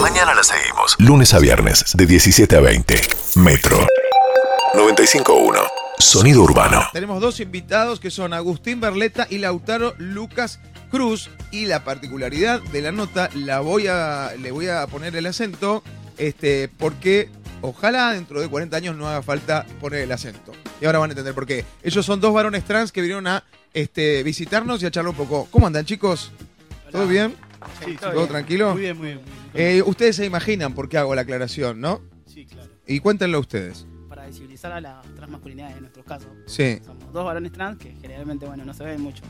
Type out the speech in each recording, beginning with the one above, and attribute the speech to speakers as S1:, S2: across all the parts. S1: Mañana la seguimos. Lunes a viernes, de 17 a 20. Metro 95.1. Sonido urbano.
S2: Tenemos dos invitados que son Agustín Berleta y Lautaro Lucas Cruz. Y la particularidad de la nota, la voy a, le voy a poner el acento, este, porque ojalá dentro de 40 años no haga falta poner el acento. Y ahora van a entender por qué. Ellos son dos varones trans que vinieron a este, visitarnos y a charlar un poco. ¿Cómo andan, chicos? ¿Todo bien?
S3: Sí,
S2: ¿Todo tranquilo?
S3: Muy bien, muy bien. muy bien.
S2: Eh, ustedes se imaginan por qué hago la aclaración, ¿no?
S3: sí, claro.
S2: Y cuéntenlo ustedes.
S3: Para visibilizar a la transmasculinidad en nuestro caso.
S2: Sí.
S3: Somos dos varones trans que generalmente, bueno, no se ven mucho.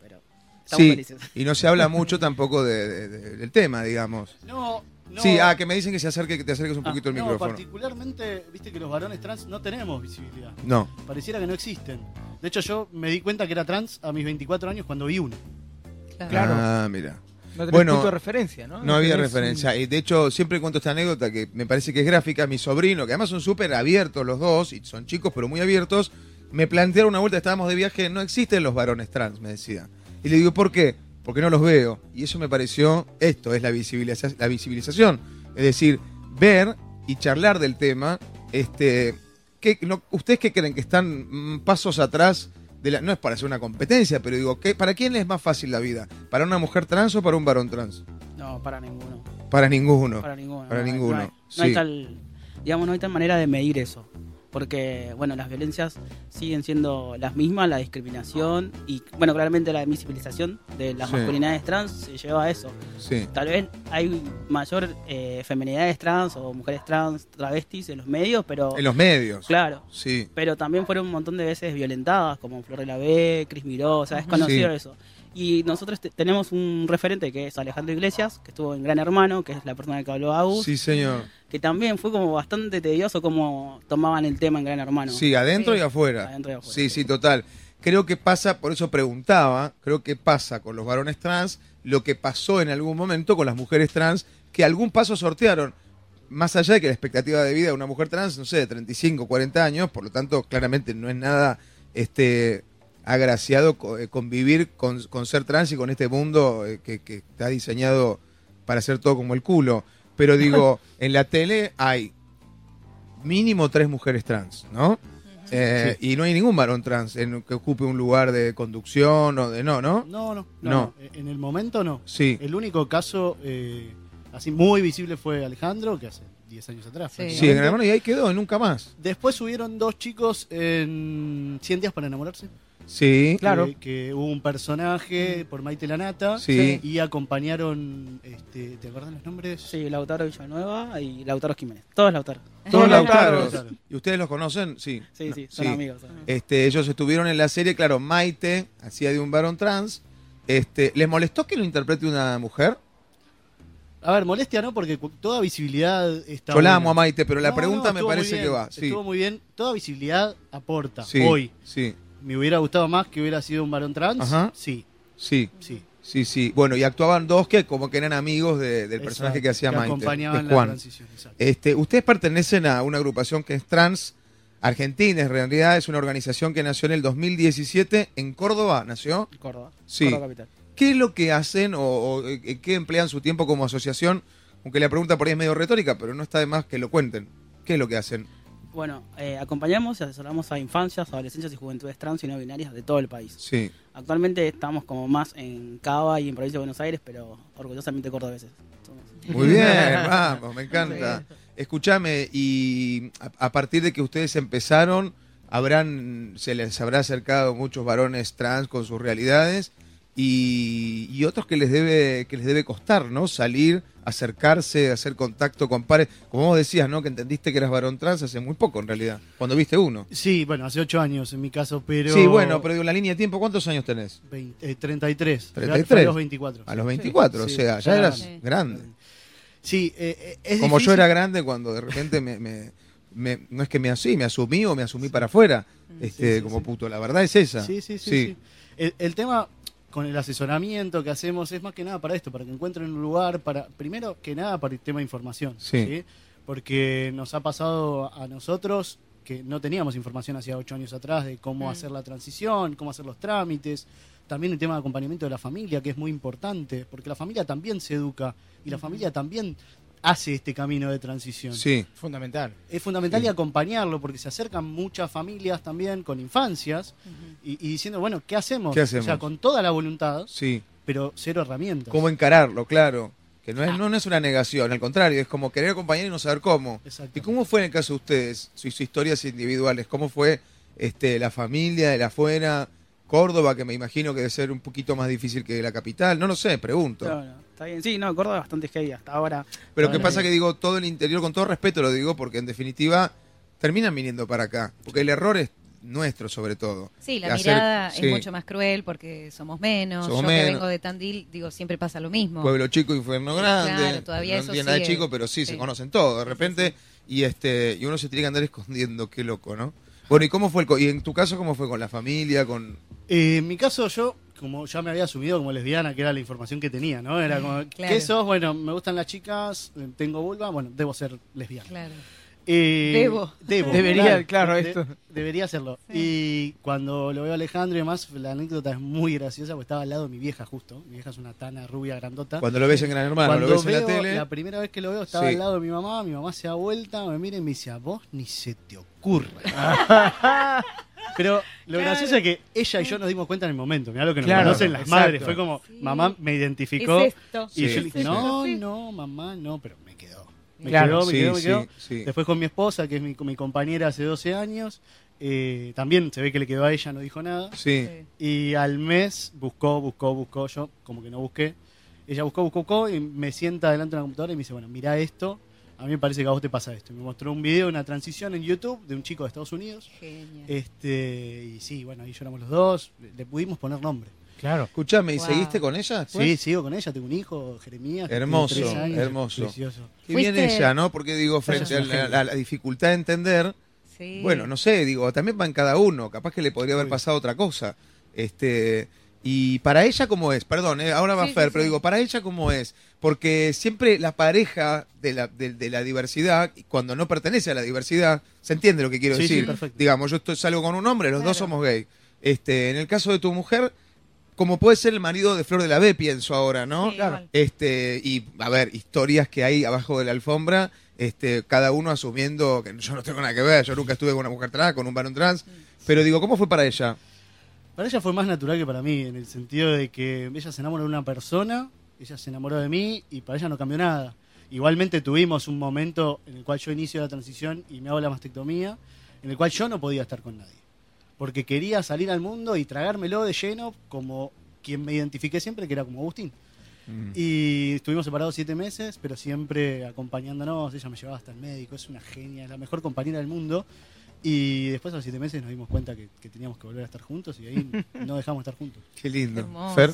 S3: Pero estamos
S2: Sí,
S3: felices.
S2: y no se habla mucho tampoco de- de- de- del tema, digamos.
S3: No, no.
S2: Sí, ah, que me dicen que se acerque, que te acerques un
S3: Ah,
S2: poquito el
S3: no,
S2: micrófono.
S3: particularmente, viste que los varones trans no tenemos visibilidad.
S2: No.
S3: Pareciera que no existen. De hecho, yo me di cuenta que era trans a mis 24 años cuando vi uno.
S4: Claro.
S2: Ah, mira.
S4: No tenés
S2: Bueno,
S4: punto de referencia, ¿no?
S2: No había
S4: tenés
S2: referencia.
S4: un-
S2: Y de hecho, siempre cuento esta anécdota que me parece que es gráfica. Mi sobrino, que además son súper abiertos los dos, y son chicos pero muy abiertos, me plantearon una vuelta, estábamos de viaje, no existen los varones trans, me decía. Y le digo, ¿por qué? Porque no los veo. Y eso me pareció, esto es la, visibiliza- la visibilización. Es decir, ver y charlar del tema. Este, ¿qué- no- ¿Ustedes qué creen que están mm, pasos atrás? De la, no es para hacer una competencia, pero digo, ¿qué, ¿para quién es más fácil la vida? ¿Para una mujer trans o para un varón trans?
S3: No, para ninguno.
S2: Para ninguno.
S3: Para ninguno.
S2: Para
S3: no hay-
S2: ninguno,
S3: No, hay, no hay
S2: sí.
S3: tal, digamos, no hay tal manera de medir eso. Porque, bueno, las violencias siguen siendo las mismas, la discriminación y, bueno, claramente la visibilización de las
S2: Sí.
S3: masculinidades trans se lleva a eso.
S2: Sí.
S3: Tal vez hay mayor eh, feminidades trans o mujeres trans, travestis en los medios, pero...
S2: En los medios.
S3: Claro.
S2: Sí.
S3: Pero también fueron un montón de veces violentadas, como Florela B, Cris Miró, o sea, es conocido
S2: Sí.
S3: eso. Y nosotros te- tenemos un referente que es Alejandro Iglesias, que estuvo en Gran Hermano, que es la persona que habló Agus
S2: Sí, señor.
S3: que también fue como bastante tedioso como tomaban el tema en Gran Hermano.
S2: Sí, adentro y afuera.
S3: Adentro y afuera.
S2: Sí, sí, total. Creo que pasa, por eso preguntaba, creo que pasa con los varones trans lo que pasó en algún momento con las mujeres trans, que algún paso sortearon. Más allá de que la expectativa de vida de una mujer trans, no sé, de 35, 40 años, por lo tanto, claramente no es nada este, agraciado co- eh, convivir con, con ser trans y con este mundo eh, que, que está diseñado para ser todo como el culo. Pero digo, en la tele hay mínimo tres mujeres trans, ¿no? Eh, Y no hay ningún varón trans en, que ocupe un lugar de conducción o de no, ¿no?
S5: No, no,
S2: No.
S5: no. Eh, En el momento no.
S2: Sí,
S5: El único caso eh, así muy visible fue Alejandro, que hace 10 años atrás.
S4: Sí.
S2: sí, en
S5: prácticamente.
S2: Gran Hermano y ahí quedó, y nunca más.
S5: Después subieron dos chicos en 100 días para enamorarse.
S2: Sí,
S4: Claro.
S5: Que, que hubo un personaje por Maite Lanata.
S2: sí.
S5: Y acompañaron, este, ¿te acuerdas los nombres?
S3: Sí, Lautaro Villanueva y Lautaro Jiménez. Todos Lautaro.
S2: Todos
S5: Lautaros.
S2: Lautaros. ¿Y ustedes los conocen? Sí.
S3: Sí, sí, son amigos. eh. son amigos.
S2: Este, ellos estuvieron en la serie, claro, Maite hacía de un varón trans. Este, ¿Les molestó que lo interprete una mujer?
S5: A ver, molestia no, porque cu- toda visibilidad está.
S2: Yo la
S5: buena.
S2: amo a Maite, pero la
S5: No,
S2: pregunta
S5: no,
S2: me
S5: estuvo muy
S2: parece
S5: bien,
S2: que va. Sí,
S5: Estuvo muy bien. Toda visibilidad aporta.
S2: sí,
S5: Hoy.
S2: Sí,
S5: Me hubiera gustado más que hubiera sido un varón trans.
S2: Ajá.
S5: Sí,
S2: sí,
S5: sí.
S2: sí, sí. Bueno, y actuaban dos que como que eran amigos de- del personaje
S5: Exacto,
S2: que hacía Maite.
S5: Acompañaban
S2: de
S5: la
S2: Juan.
S5: transición. exacto.
S2: Este, ustedes pertenecen a una agrupación que es trans argentina, en realidad es una organización que nació en el 2017 en Córdoba, ¿nació?
S3: Córdoba.
S2: Eh, Sí.
S3: Córdoba capital.
S2: ¿Qué es lo que hacen o, o, eh, qué emplean su tiempo como asociación? Aunque la pregunta por ahí es medio retórica, pero no está de más que lo cuenten. ¿Qué es lo que hacen?
S3: Bueno, eh, acompañamos y asesoramos a infancias, adolescencias y juventudes trans y no binarias de todo el país.
S2: Sí.
S3: Actualmente estamos como más en Cava y en Provincia de Buenos Aires, pero orgullosamente cordobeses. Somos-
S2: Muy bien, vamos, me encanta. Escúchame, y a, a partir de que ustedes empezaron, habrán, se les habrá acercado muchos varones trans con sus realidades y, y otros que les debe, que les debe costar, ¿no? Salir, acercarse, hacer contacto con pares. Como vos decías, ¿no? Que entendiste que eras varón trans hace muy poco en realidad, cuando viste uno.
S5: Sí, bueno, hace ocho años en mi caso, pero.
S2: Sí, bueno, pero digo, en la línea de tiempo, ¿cuántos años tenés?
S5: 20, eh, 33. Fue a-
S2: 33.
S5: fue a los 24.
S2: A los 24,
S5: Sí,
S2: o sea,
S5: ya
S2: ya
S5: era
S2: eras
S4: grande.
S2: grande.
S5: Sí, eh, eh, es
S2: Como yo
S5: difícil.
S2: era grande cuando de repente me, me- me- no es que me así, me asumí o me asumí para afuera, este,
S5: Sí, sí,
S2: como
S5: sí.
S2: puto. La verdad es esa.
S5: Sí, sí, sí.
S2: Sí.
S5: sí. El, el tema con el asesoramiento que hacemos es más que nada para esto, para que encuentren un lugar, para primero que nada para el tema de información.
S2: Sí.
S5: Porque nos ha pasado a nosotros que no teníamos información hacía ocho años atrás de cómo
S4: Mm.
S5: hacer la transición, cómo hacer los trámites. También el tema de acompañamiento de la familia, que es muy importante, porque la familia también se educa y la familia también hace este camino de transición.
S2: Sí.
S6: Fundamental.
S5: Es fundamental
S2: Sí.
S5: y acompañarlo porque se acercan muchas familias también con infancias y, y diciendo, bueno, ¿qué hacemos?
S2: ¿Qué hacemos?
S5: O sea, con toda la voluntad,
S2: Sí.
S5: pero cero herramientas.
S2: Cómo encararlo, claro. Que no es,
S3: Ah.
S2: no, no es una negación, al contrario, es como querer acompañar y no saber cómo.
S5: Exacto.
S2: ¿Y cómo fue en el caso de ustedes, sus historias individuales? ¿Cómo fue este, la familia, de la afuera, Córdoba, que me imagino que debe ser un poquito más difícil que la capital? No lo sé, pregunto.
S3: No, no, está bien. Sí, no, Córdoba es bastante heavy hasta ahora.
S2: Pero
S3: no,
S2: que
S3: no,
S2: pasa
S3: no.
S2: que digo, todo el interior, con todo respeto lo digo, porque en definitiva terminan viniendo para acá. Porque el error es nuestro, sobre todo.
S7: Sí, la
S2: de hacer-
S7: mirada
S2: sí.
S7: es mucho más cruel porque somos menos.
S2: Somos
S7: Yo
S2: menos.
S7: que vengo de Tandil, digo, siempre pasa lo mismo.
S2: Pueblo chico, infierno grande.
S7: Claro, todavía
S2: no
S7: eso
S2: entiende nada de
S7: sigue.
S2: chico, pero sí, se
S7: Sí.
S2: conocen todos. De repente, y este y uno se tiene que andar escondiendo, qué loco, ¿no? Bueno, ¿y cómo fue el co- y en tu caso cómo fue con la familia, con
S5: Eh, en mi caso, yo, como ya me había asumido como lesbiana, que era la información que tenía, ¿no? Era como,
S7: Claro.
S5: ¿qué sos? Bueno, me gustan las chicas, eh, tengo vulva, bueno, debo ser lesbiana.
S7: Claro.
S5: Eh,
S7: Debo.
S5: debo,
S4: Debería, claro, esto.
S5: debería hacerlo. Y cuando lo veo a Alejandro y demás, la anécdota es muy graciosa porque estaba al lado de mi vieja justo. Mi vieja es una tana rubia grandota.
S2: cuando lo ves en Gran Hermano,
S5: Cuando
S2: lo ves
S5: veo,
S2: en la tele?
S5: primera vez que lo veo, estaba
S2: Sí.
S5: al lado de mi mamá, mi mamá se da vuelta, me mira y me dice, a vos ni se te ocurra. Pero lo gracioso es que ella y yo nos dimos cuenta en el momento, mirá lo que nos
S4: Claro,
S5: conocen las
S4: exacto.
S5: madres, fue como,
S7: Sí.
S5: mamá me
S7: Es
S5: identificó
S7: esto.
S5: y
S2: Sí,
S5: yo le dije,
S7: sí,
S5: no,
S7: sí.
S5: no, mamá, no, pero me quedó. Me
S4: Claro,
S5: quedó, me
S2: sí,
S5: quedó, me
S2: sí,
S5: quedó.
S2: sí.
S5: Después con mi esposa, que es mi, mi compañera hace 12 años, eh, también se ve que le quedó a ella, no dijo nada.
S2: Sí.
S7: Sí.
S5: Y al mes buscó, buscó, buscó. Yo como que no busqué. Ella buscó, buscó, buscó y me sienta delante de una computadora y me dice, bueno, mira esto. A mí me parece que a vos te pasa esto. Y Me mostró un video, una transición en YouTube de un chico de Estados Unidos.
S7: Genial.
S2: eh,
S5: Este, y sí, bueno, ahí lloramos los dos. Le pudimos poner nombre.
S4: Claro.
S2: Escuchame, ¿y
S7: Wow.
S2: seguiste con ella? después?
S5: Sí, sigo con ella, tengo un hijo, Jeremías. que tiene
S2: Pues Hermoso,
S5: tres años,
S2: hermoso.
S5: Precioso.
S2: Qué bien
S7: Fuiste-
S2: ella, ¿no? Porque digo, frente
S5: Ella
S2: a
S5: es una
S2: la,
S5: genia.
S2: a la dificultad de entender,
S7: Sí.
S2: bueno, no sé, digo, también va en cada uno, capaz que le podría haber pasado otra cosa. Este, y para ella cómo es, perdón, eh, ahora va
S7: Sí,
S2: Fer,
S7: sí,
S2: pero
S7: sí.
S2: digo, para ella cómo es, porque siempre la pareja de la, de, de la diversidad, y cuando no pertenece a la diversidad, se entiende lo que quiero
S5: Sí, sí,
S2: decir.
S5: perfecto.
S2: Digamos, yo estoy, salgo con un hombre, los dos
S7: Claro.
S2: somos gay. Este, en el caso de tu mujer, como puede ser el marido de Flor de la B, pienso ahora, ¿no?
S7: Sí, igual.
S2: Este, y a ver, historias que hay abajo de la alfombra, este, cada uno asumiendo que yo no tengo nada que ver, yo nunca estuve con una mujer trans, con un varón trans, pero digo, ¿cómo fue para ella?
S5: Para ella fue más natural que para mí, en el sentido de que ella se enamoró de una persona, ella se enamoró de mí y para ella no cambió nada. Igualmente tuvimos un momento en el cual yo inicio la transición y me hago la mastectomía, en el cual yo no podía estar con nadie. Porque quería salir al mundo y tragármelo de lleno como quien me identifiqué siempre, que era como Agustín.
S7: Mm.
S5: Y estuvimos separados siete meses, pero siempre acompañándonos. Ella me llevaba hasta el médico, es una genia, es la mejor compañera del mundo. Y después a los siete meses nos dimos cuenta que, que teníamos que volver a estar juntos y ahí no dejamos de estar juntos.
S2: Qué lindo.
S7: Hermoso.
S2: Fer,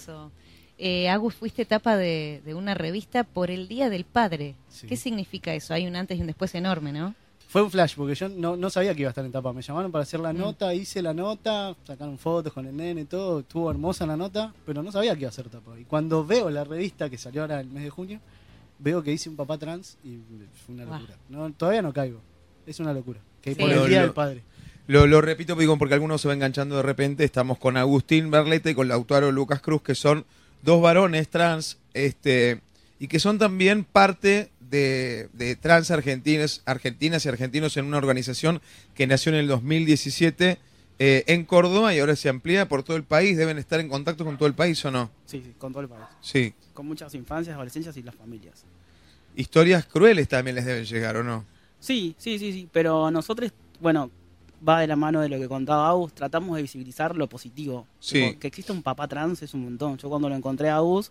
S7: Eh, Agus, fuiste etapa de, de una revista por el Día del Padre.
S5: Sí.
S7: ¿Qué significa eso? Hay un antes y un después enorme, ¿no?
S5: Fue un flash porque yo no, no sabía que iba a estar en tapa. Me llamaron para hacer la
S7: Mm.
S5: nota, hice la nota, sacaron fotos con el nene, todo. Estuvo hermosa la nota, pero no sabía que iba a ser tapa. Y cuando veo la revista que salió ahora el mes de junio, veo que hice un papá trans y fue una
S7: Guau.
S5: locura. No, todavía no caigo. Es una locura. Que
S7: Sí.
S5: por
S2: Lo-
S5: el día
S2: lo-
S5: del padre.
S2: Lo, lo repito digo, porque algunos se va enganchando de repente. Estamos con Agustín Berleta y con Lautaro Lucas Cruz, que son dos varones trans, este, y que son también parte de, de trans argentinas, argentinas y argentinos en una organización que nació en el 2017 eh, en Córdoba y ahora se amplía por todo el país. Deben estar en contacto con todo el país o no.
S3: Sí, sí, con todo el país.
S2: Sí.
S3: Con muchas infancias, adolescencias y las familias.
S2: Historias crueles también les deben llegar o no.
S3: Sí, sí, sí, sí. Pero nosotros, bueno, va de la mano de lo que contaba Agus, tratamos de visibilizar lo positivo.
S2: Sí.
S3: Tipo, que existe un papá trans es un montón. Yo cuando lo encontré a Agus,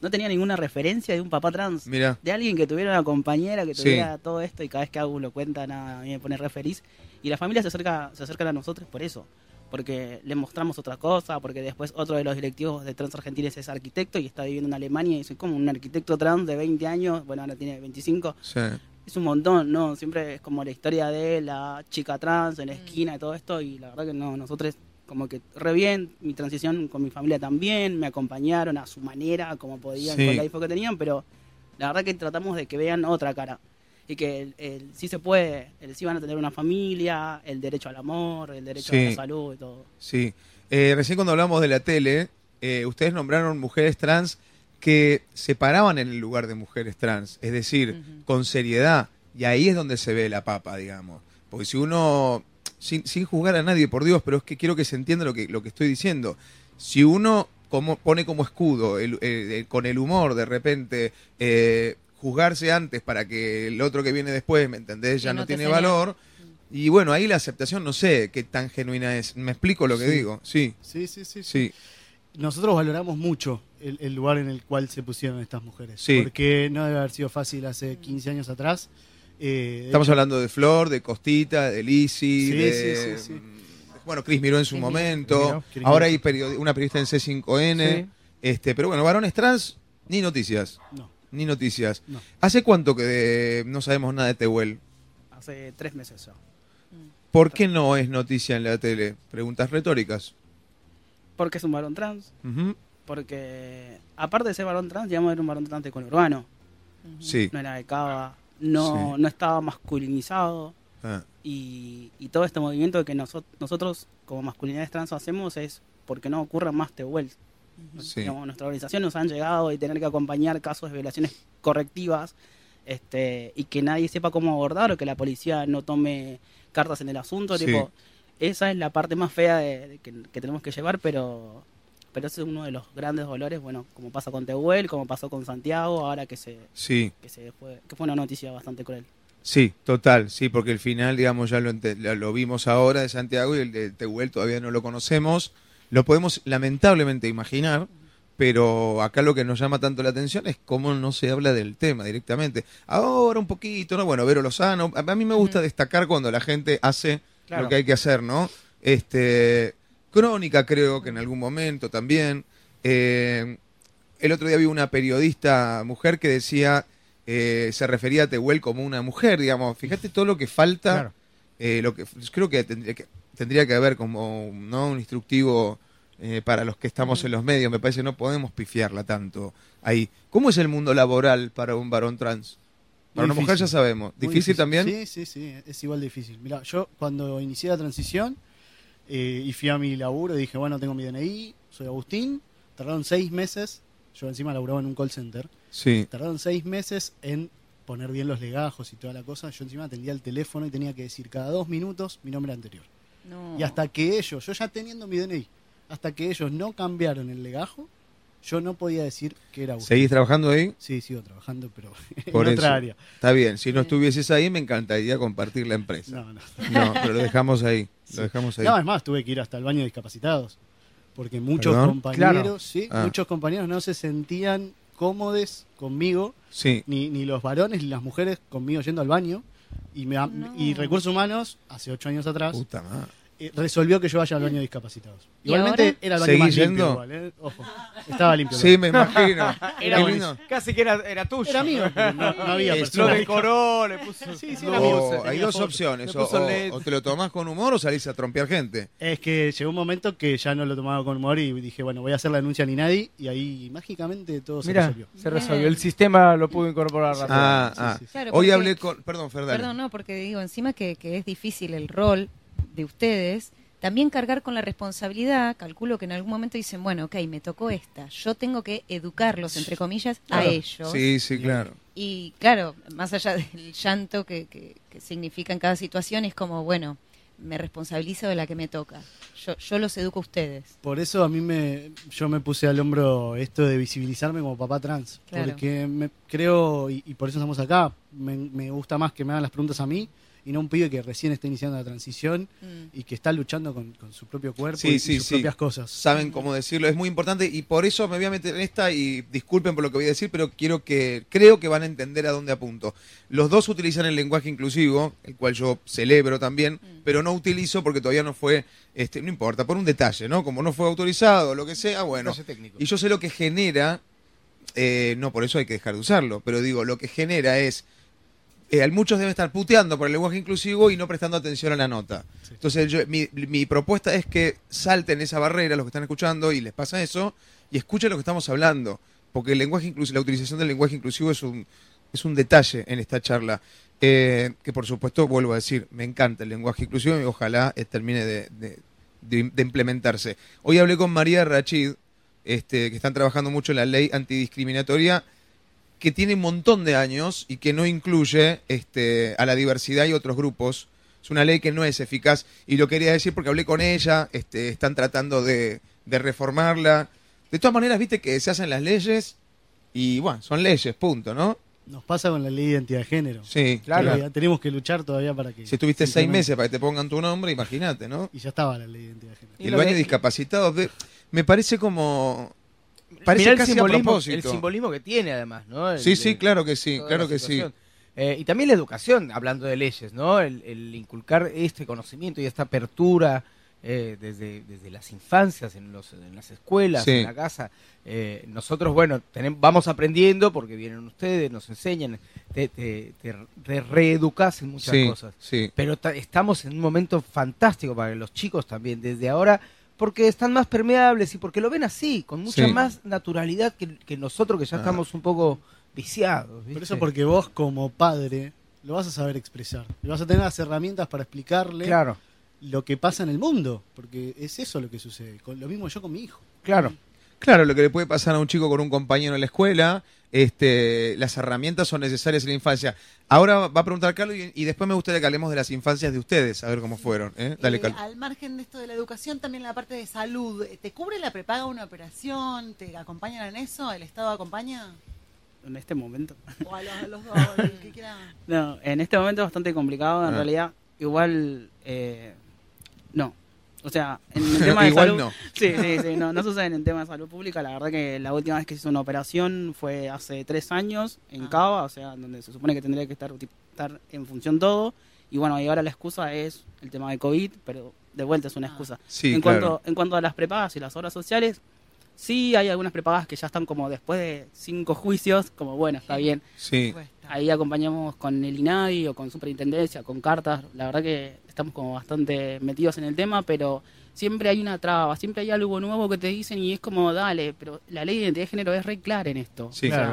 S3: no tenía ninguna referencia de un papá trans.
S2: Mira,
S3: De alguien que tuviera una compañera, que
S2: Sí.
S3: tuviera todo esto, y cada vez que Agus lo cuenta, nada, a mí me pone re feliz. Y la familia se acerca, se acercan a nosotros por eso. Porque le mostramos otra cosa, porque después otro de los directivos de Trans Argentines es arquitecto y está viviendo en Alemania y soy como un arquitecto trans de 20 años, bueno, ahora tiene 25,
S2: sí.
S3: es un montón, ¿no? Siempre es como la historia de la chica trans en la esquina y todo esto, y la verdad que no, nosotros como que re bien, mi transición con mi familia también, me acompañaron a su manera, como podían,
S2: Sí.
S3: con la info que tenían, pero la verdad que tratamos de que vean otra cara, y que el, el sí se puede, el sí van a tener una familia, el derecho al amor, el derecho
S2: Sí.
S3: a la salud y todo.
S2: Sí. Eh, recién cuando hablamos de la tele, eh, ustedes nombraron mujeres trans que se paraban en el lugar de mujeres trans, es decir,
S7: Ujú.
S2: con seriedad, y ahí es donde se ve la papa, digamos. Porque si uno, sin, sin juzgar a nadie, por Dios, pero es que quiero que se entienda lo que, lo que estoy diciendo, si uno como, pone como escudo el- el- el- con el humor de repente eh, juzgarse antes para que el otro que viene después, ¿me entendés? Ya
S7: Y
S2: no,
S7: no te Mm.
S2: tiene
S7: señala.
S2: valor. Y bueno, ahí la aceptación no sé qué tan genuina es. ¿Me explico lo que
S5: Sí.
S2: digo? Sí,
S5: Sí, sí, sí.
S2: sí.
S5: Nosotros valoramos mucho el, el lugar en el cual se pusieron estas mujeres.
S2: Sí.
S5: Porque no debe haber sido fácil hace 15 años atrás. Eh, de
S2: Estamos
S5: hecho,
S2: hablando de Flor, de Costita, de Lisi,
S5: Sí,
S2: de... mm,
S5: sí, sí, sí.
S2: Bueno, Cris Miró en su
S7: Cris Miró.
S2: momento.
S5: Cris Miró.
S2: Ahora hay periodi- una periodista en C5N.
S4: Sí.
S2: Este, pero bueno, varones trans, ni noticias.
S5: No.
S2: Ni noticias.
S5: No.
S2: ¿Hace cuánto que de- no sabemos nada de Tehuel?
S3: Hace tres meses ya.
S2: ¿Por qué no es noticia en la tele? Preguntas retóricas.
S3: Porque es un varón trans,
S2: Ujú,
S3: porque aparte de ser varón trans, digamos, era un varón trans de conurbano.
S2: Sí.
S3: No era de cava, no,
S2: Sí.
S3: no estaba masculinizado.
S2: Ah,
S3: Y, y todo este movimiento que noso- nosotros como masculinidades trans hacemos es porque no ocurran más tehuel.
S2: sí.
S3: Digamos, nuestra organización nos han llegado y tener que acompañar casos de violaciones correctivas este, y que nadie sepa cómo abordar o que la policía no tome cartas en el asunto.
S2: Sí.
S3: Tipo, esa es la parte más fea de, de que, que tenemos que llevar, pero, pero ese es uno de los grandes dolores, bueno, como pasa con Tehuel, como pasó con Santiago, ahora que se,
S2: Sí.
S3: que se fue, que fue una noticia bastante cruel.
S2: Sí, total, sí, porque el final, digamos, ya lo, ente- lo- lo vimos ahora de Santiago y el de Tehuel todavía no lo conocemos. Lo podemos lamentablemente imaginar, pero acá lo que nos llama tanto la atención es cómo no se habla del tema directamente. Ahora un poquito, ¿no? Bueno, Vero Lozano, a, a mí me gusta destacar cuando la gente hace lo
S3: Claro.
S2: que hay que hacer, ¿no? Este, Crónica creo que en algún momento también. Eh, el otro día vi una periodista mujer que decía, eh, se refería a Tehuel como una mujer, digamos. Fíjate todo lo que falta,
S6: Claro.
S2: eh, lo que creo que tendría que tendría que haber como ¿no? un instructivo eh, para los que estamos en los medios. Me parece que no podemos pifiarla tanto ahí. ¿Cómo es el mundo laboral para un varón trans? Para
S5: Muy
S2: una mujer ya
S5: difícil.
S2: sabemos.
S5: muy
S2: ¿Difícil, también?
S5: Sí, sí, sí. Es igual difícil. Mira, yo cuando inicié la transición eh, y fui a mi laburo, dije, bueno, tengo mi DNI, soy Agustín. Tardaron seis meses. Yo encima laburaba en un call center.
S2: Sí.
S5: Tardaron seis meses en poner bien los legajos y toda la cosa. Yo encima atendía el teléfono y tenía que decir cada dos minutos mi nombre anterior.
S7: No.
S5: Y hasta que ellos, yo ya teniendo mi DNI, hasta que ellos no cambiaron el legajo, yo no podía decir que era Agustín.
S2: ¿Seguís trabajando ahí?
S5: Sí, sigo trabajando, pero en
S2: Por eso.
S5: otra área.
S2: Está bien. Si no
S7: Sí.
S2: estuvieses ahí, me encantaría compartir la empresa.
S5: No, no.
S2: No, pero lo dejamos ahí. Lo dejamos ahí.
S5: No, es más, tuve que ir hasta el baño de discapacitados. Porque muchos
S2: ¿Perdón?
S5: compañeros,
S6: Claro.
S5: sí,
S2: Ah.
S5: muchos compañeros no se sentían cómodos conmigo,
S2: Sí.
S5: ni, ni los varones ni las mujeres conmigo yendo al baño. Y, me, ha-
S7: No.
S5: y Recursos Humanos, hace ocho años atrás,
S2: Puta madre.
S5: eh, resolvió que yo vaya al baño de discapacitados.
S7: ¿Y
S5: Igualmente
S7: ahora?
S5: era el baño más
S2: ¿Seguís
S5: limpio
S2: yendo?
S5: igual, eh, Ojo, estaba limpio. el
S2: Sí, me imagino.
S4: Era
S2: Qué
S4: buenísimo.
S2: lindo.
S4: Casi que era, era tuyo.
S5: Era mío, pero no, no había
S2: Es
S4: Lo
S5: persona.
S4: decoró, le puso.
S5: Sí, sí,
S4: luces,
S5: era mío.
S2: O hay
S5: tenía
S2: dos
S5: foto.
S2: opciones.
S4: Le
S2: O,
S4: puso
S2: o-
S4: LED.
S2: o te lo tomás con humor o salís a trompear gente.
S5: Es que llegó un momento que ya no lo tomaba con humor y dije, bueno, voy a hacer la denuncia ni nadie y ahí mágicamente todo se
S4: Mira,
S5: resolvió.
S4: se resolvió. El sistema lo pudo incorporar rápido.
S2: Ah,
S5: Sí,
S2: ah.
S5: sí, sí.
S7: Claro,
S2: Hoy
S7: porque-
S2: hablé con. Perdón, Fer, dale.
S7: Perdón, no, porque digo, encima que, que es difícil el rol de ustedes, también cargar con la responsabilidad, calculo que en algún momento dicen, bueno, ok, me tocó esta, yo tengo que educarlos, entre comillas,
S5: Claro.
S7: a ellos.
S2: Sí, sí, claro.
S7: Y claro, más allá del llanto que, que- que significa en cada situación, es como, bueno, me responsabilizo de la que me toca. Yo, yo los educo a ustedes.
S5: Por eso a mí me, yo me puse al hombro esto de visibilizarme como papá trans.
S7: Claro.
S5: Porque me creo, y, y por eso estamos acá, me, me gusta más que me hagan las preguntas a mí y no a un pibe que recién está iniciando la transición
S7: Mm.
S5: y que está luchando con, con su propio cuerpo
S2: Sí,
S5: y, y
S2: sí,
S5: sus
S2: sí.
S5: propias cosas.
S2: Saben cómo decirlo, es muy importante y por eso me voy a meter en esta y disculpen por lo que voy a decir, pero quiero que creo que van a entender a dónde apunto. Los dos utilizan el lenguaje inclusivo, el cual yo celebro también, pero no utilizo porque todavía no fue, este, no importa, por un detalle, ¿no? Como no fue autorizado, lo que sea, bueno,
S6: Detalle técnico.
S2: Y yo sé lo que genera, eh, no por eso hay que dejar de usarlo, pero digo, lo que genera es, eh, muchos deben estar puteando por el lenguaje inclusivo y no prestando atención a la nota.
S5: Sí.
S2: Entonces yo- mi, mi propuesta es que salten esa barrera los que están escuchando y les pasa eso y escuchen lo que estamos hablando, porque el lenguaje inclusivo, la utilización del lenguaje inclusivo es un, es un detalle en esta charla. eh, que por supuesto, vuelvo a decir, me encanta el lenguaje inclusivo y ojalá eh, termine de- de- de- de implementarse. Hoy hablé con María Rachid, este, que están trabajando mucho en la ley antidiscriminatoria, que tiene un montón de años y que no incluye este, a la diversidad y otros grupos. Es una ley que no es eficaz y lo quería decir porque hablé con ella, este, están tratando de, de reformarla. De todas maneras, viste que se hacen las leyes y bueno, son leyes, punto, ¿no?
S5: Nos pasa con la ley de identidad de género.
S2: Sí,
S5: Todavía
S2: claro.
S5: Tenemos que luchar todavía para que.
S2: Si estuviste seis
S5: simplemente-
S2: meses para que te pongan tu nombre, imagínate, ¿no?
S5: Y ya estaba la ley de identidad de género.
S2: el baño de discapacitados de- me parece como parece
S6: Mirá el
S2: casi a
S6: simbolismo,
S2: propósito.
S6: el simbolismo que tiene además, ¿no? El-
S2: sí, sí,
S6: el-
S2: claro que sí,
S6: toda
S2: claro
S6: la
S2: que sí.
S6: situación. Eh, y también la educación, hablando de leyes, ¿no? El, el inculcar este conocimiento y esta apertura eh, desde, desde las infancias, en, los, en las escuelas,
S2: Sí.
S6: en la casa. Eh, nosotros, bueno, tenem- vamos aprendiendo porque vienen ustedes, nos enseñan, te, te, te- te reeducas en muchas
S2: Sí,
S6: cosas.
S2: sí.
S6: Pero ta- estamos en un momento fantástico para los chicos también, desde ahora, porque están más permeables y porque lo ven así, con mucha
S2: Sí.
S6: más naturalidad que, que nosotros que ya
S2: Ah.
S6: estamos un poco viciados.
S5: Pero
S6: ¿viste?
S5: eso porque vos, como padre, lo vas a saber expresar. Y vas a tener las herramientas para explicarle
S6: Claro,
S5: lo que pasa en el mundo. Porque es eso lo que sucede. Con, lo mismo yo con mi hijo.
S6: claro.
S2: Claro, lo que le puede pasar a un chico con un compañero en la escuela, este, las herramientas son necesarias en la infancia. Ahora va a preguntar Carlos y, y después me gustaría que hablemos de las infancias de ustedes, a ver cómo fueron. ¿eh? Dale,
S3: ah,
S8: Eh,
S2: Carlos.
S8: al margen de esto de la educación, también la parte de salud. Eh, ¿Te cubre la prepaga una operación? ¿Te acompañan en eso? ¿El Estado acompaña?
S3: En este momento.
S8: ¿O a los, a los dos? el que quiera?
S3: No, en este momento es bastante complicado, en
S2: Ah.
S3: realidad. Igual, eh, no. O sea, en el tema de
S2: Igual
S3: salud...
S2: no.
S3: Sí, sí, sí, no, no sucede en el tema de salud pública. La verdad que la última vez que se hizo una operación fue hace tres años en
S8: Ah.
S3: Cava, o sea, donde se supone que tendría que estar, tipo, estar en función todo. Y bueno, y ahora la excusa es el tema de COVID, pero de vuelta es una
S8: Ah.
S3: excusa.
S2: Sí,
S3: en,
S2: claro.
S3: cuanto, en cuanto a las prepagas y las obras sociales, sí hay algunas prepagas que ya están como después de cinco juicios, como bueno, está bien.
S2: Sí.
S8: Cuesta.
S3: Ahí acompañamos con el INADI o con Superintendencia, con cartas. La verdad que estamos como bastante metidos en el tema, pero siempre hay una traba, siempre hay algo nuevo que te dicen y es como, dale, pero la ley de identidad de género es re clara en esto. Ah,
S2: Sí, claro.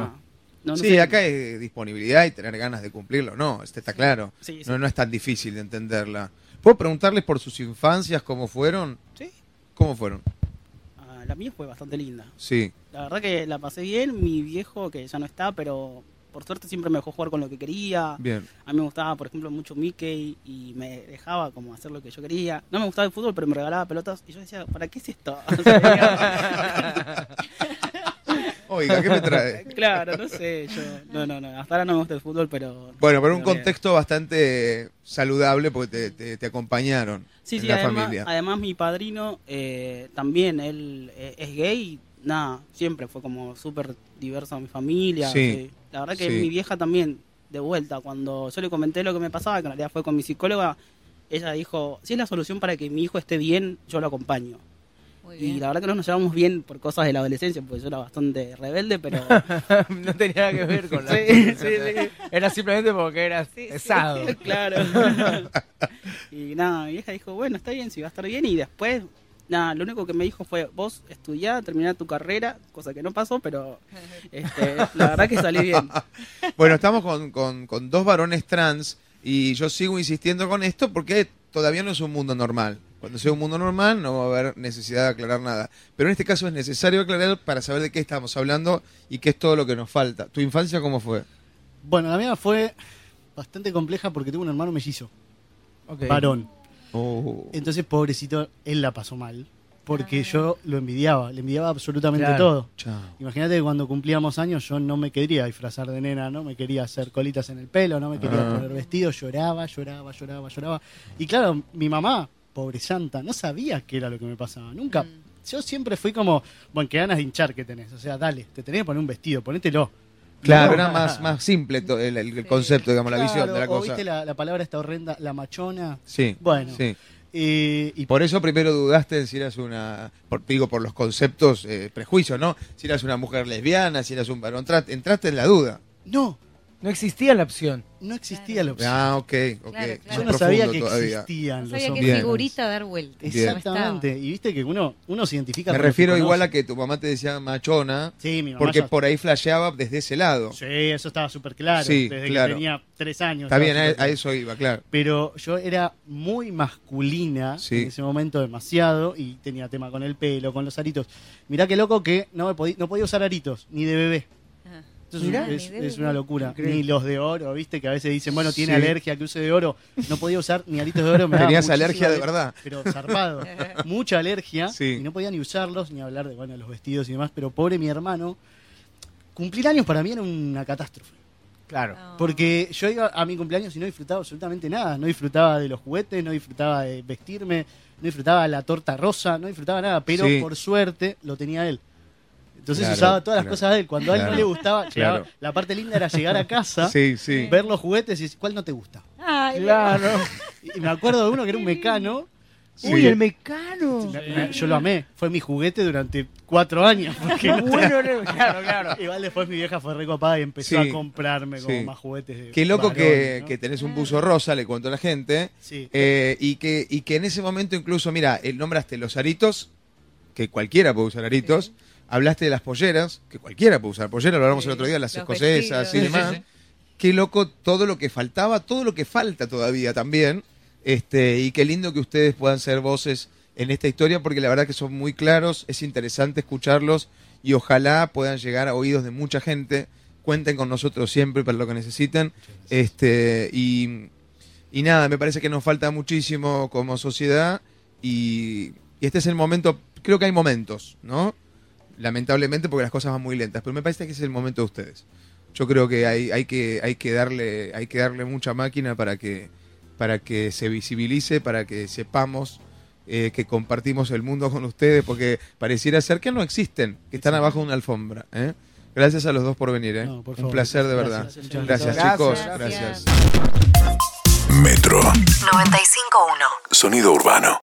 S3: no, no
S2: sí,
S3: sé-
S2: acá es disponibilidad y tener ganas de cumplirlo, no, este está claro.
S3: Sí, sí.
S2: No, no es tan difícil de entenderla. ¿Puedo preguntarles por sus infancias cómo fueron?
S3: Sí.
S2: ¿Cómo fueron?
S3: Ah, la mía fue bastante linda.
S2: Sí.
S3: La verdad que la pasé bien. Mi viejo, que ya no está, pero por suerte siempre me dejó jugar con lo que quería.
S2: Bien.
S3: A mí me gustaba, por ejemplo, mucho Mickey y me dejaba como hacer lo que yo quería. No me gustaba el fútbol, pero me regalaba pelotas y yo decía, ¿para qué es esto? O sea,
S2: Oiga, ¿qué me trae?
S3: claro, no sé, yo. No, no, no. Hasta ahora no me gusta el fútbol, pero.
S2: Bueno, pero un
S3: Pero bien.
S2: contexto bastante saludable porque te, te- te acompañaron
S3: Sí,
S2: en
S3: sí,
S2: la
S3: además,
S2: familia.
S3: además mi padrino eh, también, él eh, es gay, y nada, siempre fue como súper diverso a mi familia.
S2: Sí,
S3: sí. La verdad que
S2: sí.
S3: mi vieja también, de vuelta, cuando yo le comenté lo que me pasaba, que en realidad fue con mi psicóloga, ella dijo, si es la solución para que mi hijo esté bien, yo lo acompaño.
S7: Muy
S3: Y
S7: bien.
S3: la verdad que no nos llevamos bien por cosas de la adolescencia, porque yo era bastante rebelde, pero...
S6: no tenía nada que ver con la.
S3: Sí, sí, sí.
S6: Era simplemente porque eras pesado.
S3: claro. y nada, mi vieja dijo, bueno, está bien, si va a estar bien. Y después, nada, lo único que me dijo fue, vos estudiá, terminá tu carrera, cosa que no pasó, pero este, la verdad que salí bien.
S2: Bueno, estamos con, con- con dos varones trans y yo sigo insistiendo con esto porque todavía no es un mundo normal. Cuando sea un mundo normal no va a haber necesidad de aclarar nada. Pero en este caso es necesario aclarar para saber de qué estamos hablando y qué es todo lo que nos falta. ¿Tu infancia cómo fue?
S5: Bueno, la mía fue bastante compleja porque tuve un hermano mellizo,
S6: Ok.
S5: varón.
S2: Oh.
S5: Entonces, pobrecito, él la pasó mal. Porque yo lo envidiaba, le envidiaba absolutamente
S6: Claro.
S5: todo.
S2: Chao.
S5: Imagínate que cuando cumplíamos años yo no me quería disfrazar de nena, no me quería hacer colitas en el pelo, no me quería
S2: Ah.
S5: poner vestido, lloraba, lloraba, lloraba, lloraba. Y claro, mi mamá, pobre santa, no sabía qué era lo que me pasaba, nunca.
S7: Mm.
S5: Yo siempre fui como, bueno, qué ganas de hinchar que tenés, o sea, dale, te tenés que poner un vestido, ponételo.
S2: Claro,
S5: No.
S2: era más, más simple to- el, el
S7: Sí.
S2: concepto, digamos, la visión
S5: Claro,
S2: de la
S5: o
S2: cosa.
S5: viste la, la palabra esta horrenda, la machona.
S2: Sí.
S5: Bueno,
S2: Sí.
S5: eh, y
S2: Y por eso primero dudaste en si eras una, por, digo, por los conceptos, eh, prejuicios, ¿no? Si eras una mujer lesbiana, si eras un varón, tra- entraste en la duda.
S5: No,
S6: No existía la opción.
S5: No existía la opción.
S2: Ah, ok, ok.
S7: Claro, claro.
S5: Yo
S7: es
S5: no
S2: Más
S5: sabía
S2: profundo
S5: que
S2: todavía.
S5: existían los
S7: Sabía que
S2: Bien.
S5: hombres.
S7: figurita dar vuelta.
S2: Bien.
S5: Exactamente. Y viste que uno, uno se identifica
S2: Me
S5: con lo que
S2: refiero igual a
S5: conoce.
S2: que tu mamá te decía machona,
S5: Sí, mi mamá
S2: porque
S5: ya-
S2: por ahí flasheaba desde ese lado.
S5: Sí, eso estaba súper claro.
S2: Sí,
S5: desde
S2: claro.
S5: que tenía tres años.
S2: Está
S5: estaba
S2: bien, a,
S5: superclaro.
S2: a eso iba, claro.
S5: Pero yo era muy masculina
S2: Sí.
S5: en ese momento, demasiado, y tenía tema con el pelo, con los aritos. Mirá qué loco que no, me podí- no podía usar aritos, ni de bebé.
S7: Ajá.
S5: Esto es,
S7: Mirá,
S5: un- es-
S7: ni de
S5: es
S7: bebé.
S5: una locura.
S6: Increíble.
S5: Ni los de oro, viste, que a veces dicen, bueno, tiene
S2: Sí.
S5: alergia que use de oro. No podía usar ni aritos de oro. me daba
S2: Tenías
S5: muchísima
S2: alergia de
S5: aler-
S2: verdad.
S5: Pero zarpado. Mucha alergia.
S2: Sí.
S5: Y no podía ni usarlos, ni hablar de, bueno, los vestidos y demás. Pero pobre mi hermano. Cumplir años para mí era una catástrofe.
S6: Claro.
S7: No.
S5: Porque yo iba a mi cumpleaños y no disfrutaba absolutamente nada. No disfrutaba de los juguetes, no disfrutaba de vestirme, no disfrutaba la torta rosa, no disfrutaba nada. Pero
S2: Sí.
S5: por suerte lo tenía él. Entonces
S2: Claro,
S5: usaba todas las
S2: claro.
S5: cosas de él. Cuando a él no
S2: Claro,
S5: le gustaba, llegaba-
S2: claro.
S5: la parte linda era llegar a casa,
S2: Sí, sí.
S5: ver los juguetes y decir, ¿cuál no te gusta?
S7: Ay,
S2: Ah,
S6: Claro.
S5: Y me acuerdo de uno que era un mecano.
S2: Sí.
S6: Uy, el mecano.
S5: Me- me- yo lo amé. Fue mi juguete durante cuatro años. porque no tenía-
S6: Bueno, no, claro, claro.
S5: Igual después mi vieja fue recopada y empezó
S2: Sí,
S5: a comprarme como
S2: sí.
S5: más juguetes. de
S2: Qué loco
S5: varón,
S2: que,
S5: ¿no?
S2: que tenés
S7: Ah.
S2: un buzo rosa, le cuento a la gente.
S5: Sí.
S2: eh, y, que, y que en ese momento incluso, mira, eh, nombraste los aritos, que cualquiera puede usar aritos. Hablaste de las polleras, que cualquiera puede usar polleras, lo hablamos
S7: Sí,
S2: el otro día, las
S7: los
S2: escocesas y
S7: vestidos.
S2: demás. Qué loco todo lo que faltaba, todo lo que falta todavía también. Este, y qué lindo que ustedes puedan ser voces en esta historia, porque la verdad que son muy claros, es interesante escucharlos y ojalá puedan llegar a oídos de mucha gente. Cuenten con nosotros siempre para lo que necesiten. Este, y, y nada, me parece que nos falta muchísimo como sociedad. Y, y este es el momento, creo que hay momentos, ¿no? Lamentablemente porque las cosas van muy lentas, pero me parece que ese es el momento de ustedes. Yo creo que hay, hay que, hay que darle, hay que darle mucha máquina para que, para que se visibilice, para que sepamos eh, que compartimos el mundo con ustedes, porque pareciera ser que no existen, que están abajo de una alfombra. ¿eh? Gracias a los dos por venir, ¿eh?
S5: No, por
S2: un
S5: favor.
S2: placer de verdad.
S5: Gracias, muchas
S2: Gracias,
S6: gracias.
S2: chicos,
S6: Gracias.
S2: gracias.
S1: Metro.
S9: 95.1.
S1: Sonido urbano.